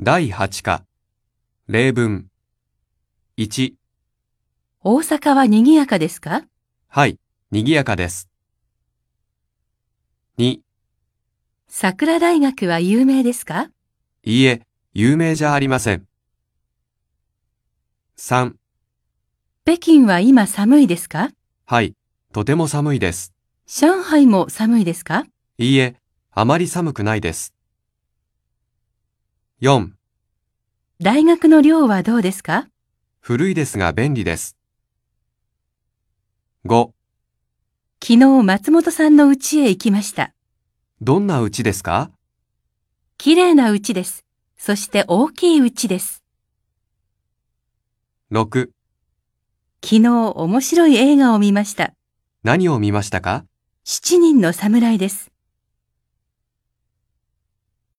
第8課、例文。1、大阪は賑やかですかはい、賑やかです。2、い桜大学は有名ですかいえ、有名じゃありません。3、北京は今寒いですかはい、とても寒いです。上海も寒いですかいいえ、あまり寒くないです。4、大学の寮はどうですか古いですが便利です。5、昨日松本さんの家へ行きました。どんな家ですか綺麗な家です。そして大きい家です。 ?6、昨日面白い映画を見ました。何を見ましたか七人の侍です。